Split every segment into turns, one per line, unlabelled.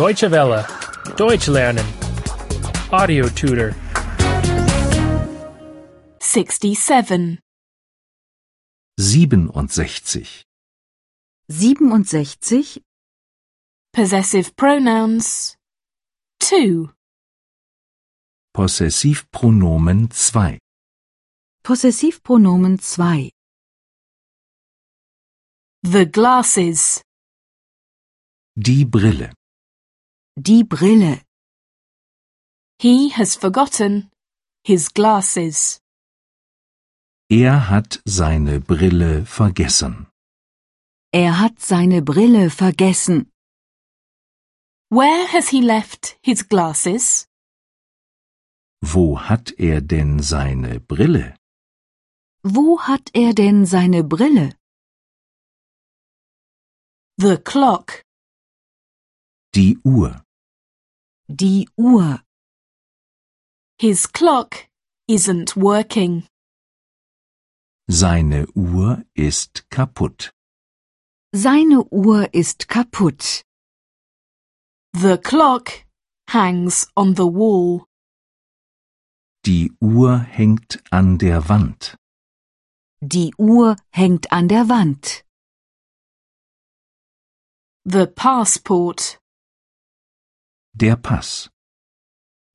Deutsche Welle. Deutsch lernen. Audio tutor.
67.
67.
67
Possessive pronouns. 2.
Possessivpronomen 2.
Possessivpronomen 2
The glasses.
Die Brille.
Die Brille
He has forgotten his glasses.
Er hat seine Brille vergessen.
Er hat seine Brille vergessen.
Where has he left his glasses?
Wo hat er denn seine Brille?
Wo hat er denn seine Brille?
The clock.
Die Uhr.
Die Uhr
His clock isn't working.
Seine Uhr ist kaputt.
Seine Uhr ist kaputt.
The clock hangs on the wall.
Die Uhr hängt an der Wand.
Die Uhr hängt an der Wand.
The passport.
Der Pass.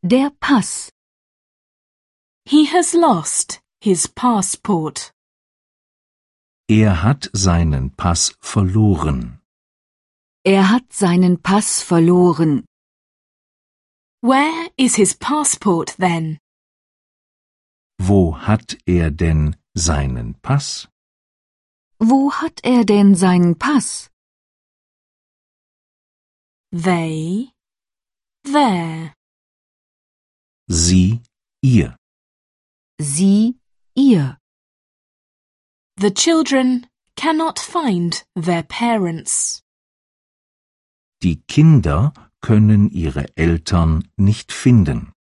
Der Pass
He has lost his passport.
Er hat seinen Pass verloren.
Er hat seinen Pass verloren.
Where is his passport then?
Wo hat er denn seinen Pass?
Wo hat er denn seinen Pass?
They. There.
Sie, ihr.
Sie, ihr.
The children cannot find their parents.
Die Kinder können ihre Eltern nicht finden.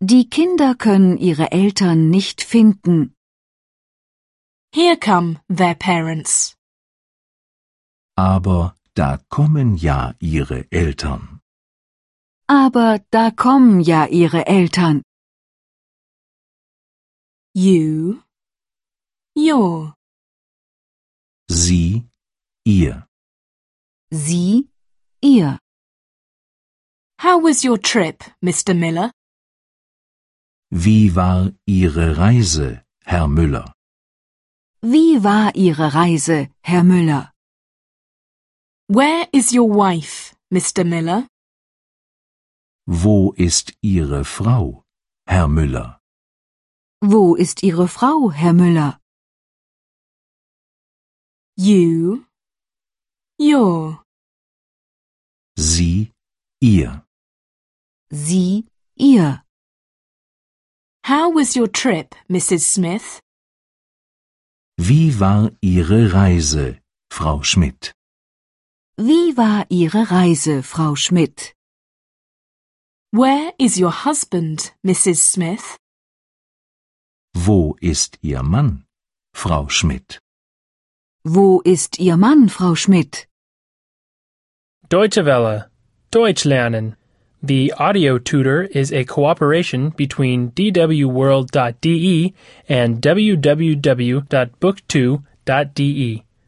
Die Kinder können ihre Eltern nicht finden.
Here come their parents.
Aber da kommen ja ihre Eltern.
Aber da kommen ja ihre Eltern.
You. Your.
Sie, ihr.
Sie, ihr.
How was your trip, Mr. Miller?
Wie war Ihre Reise, Herr Müller?
Wie war Ihre Reise, Herr Müller?
Where is your wife, Mr. Miller?
Wo ist Ihre Frau, Herr Müller?
Wo ist Ihre Frau, Herr Müller?
You. Your.
Sie, ihr.
Sie, ihr.
How was your trip, Mrs. Smith?
Wie war Ihre Reise, Frau Schmidt?
Wie war Ihre Reise, Frau Schmidt?
Where is your husband, Mrs. Smith?
Wo ist Ihr Mann, Frau Schmidt?
Wo ist Ihr Mann, Frau Schmidt?
Deutsche Welle. Deutsch lernen. The audio tutor is a cooperation between E dwworld.de and www.book2.de.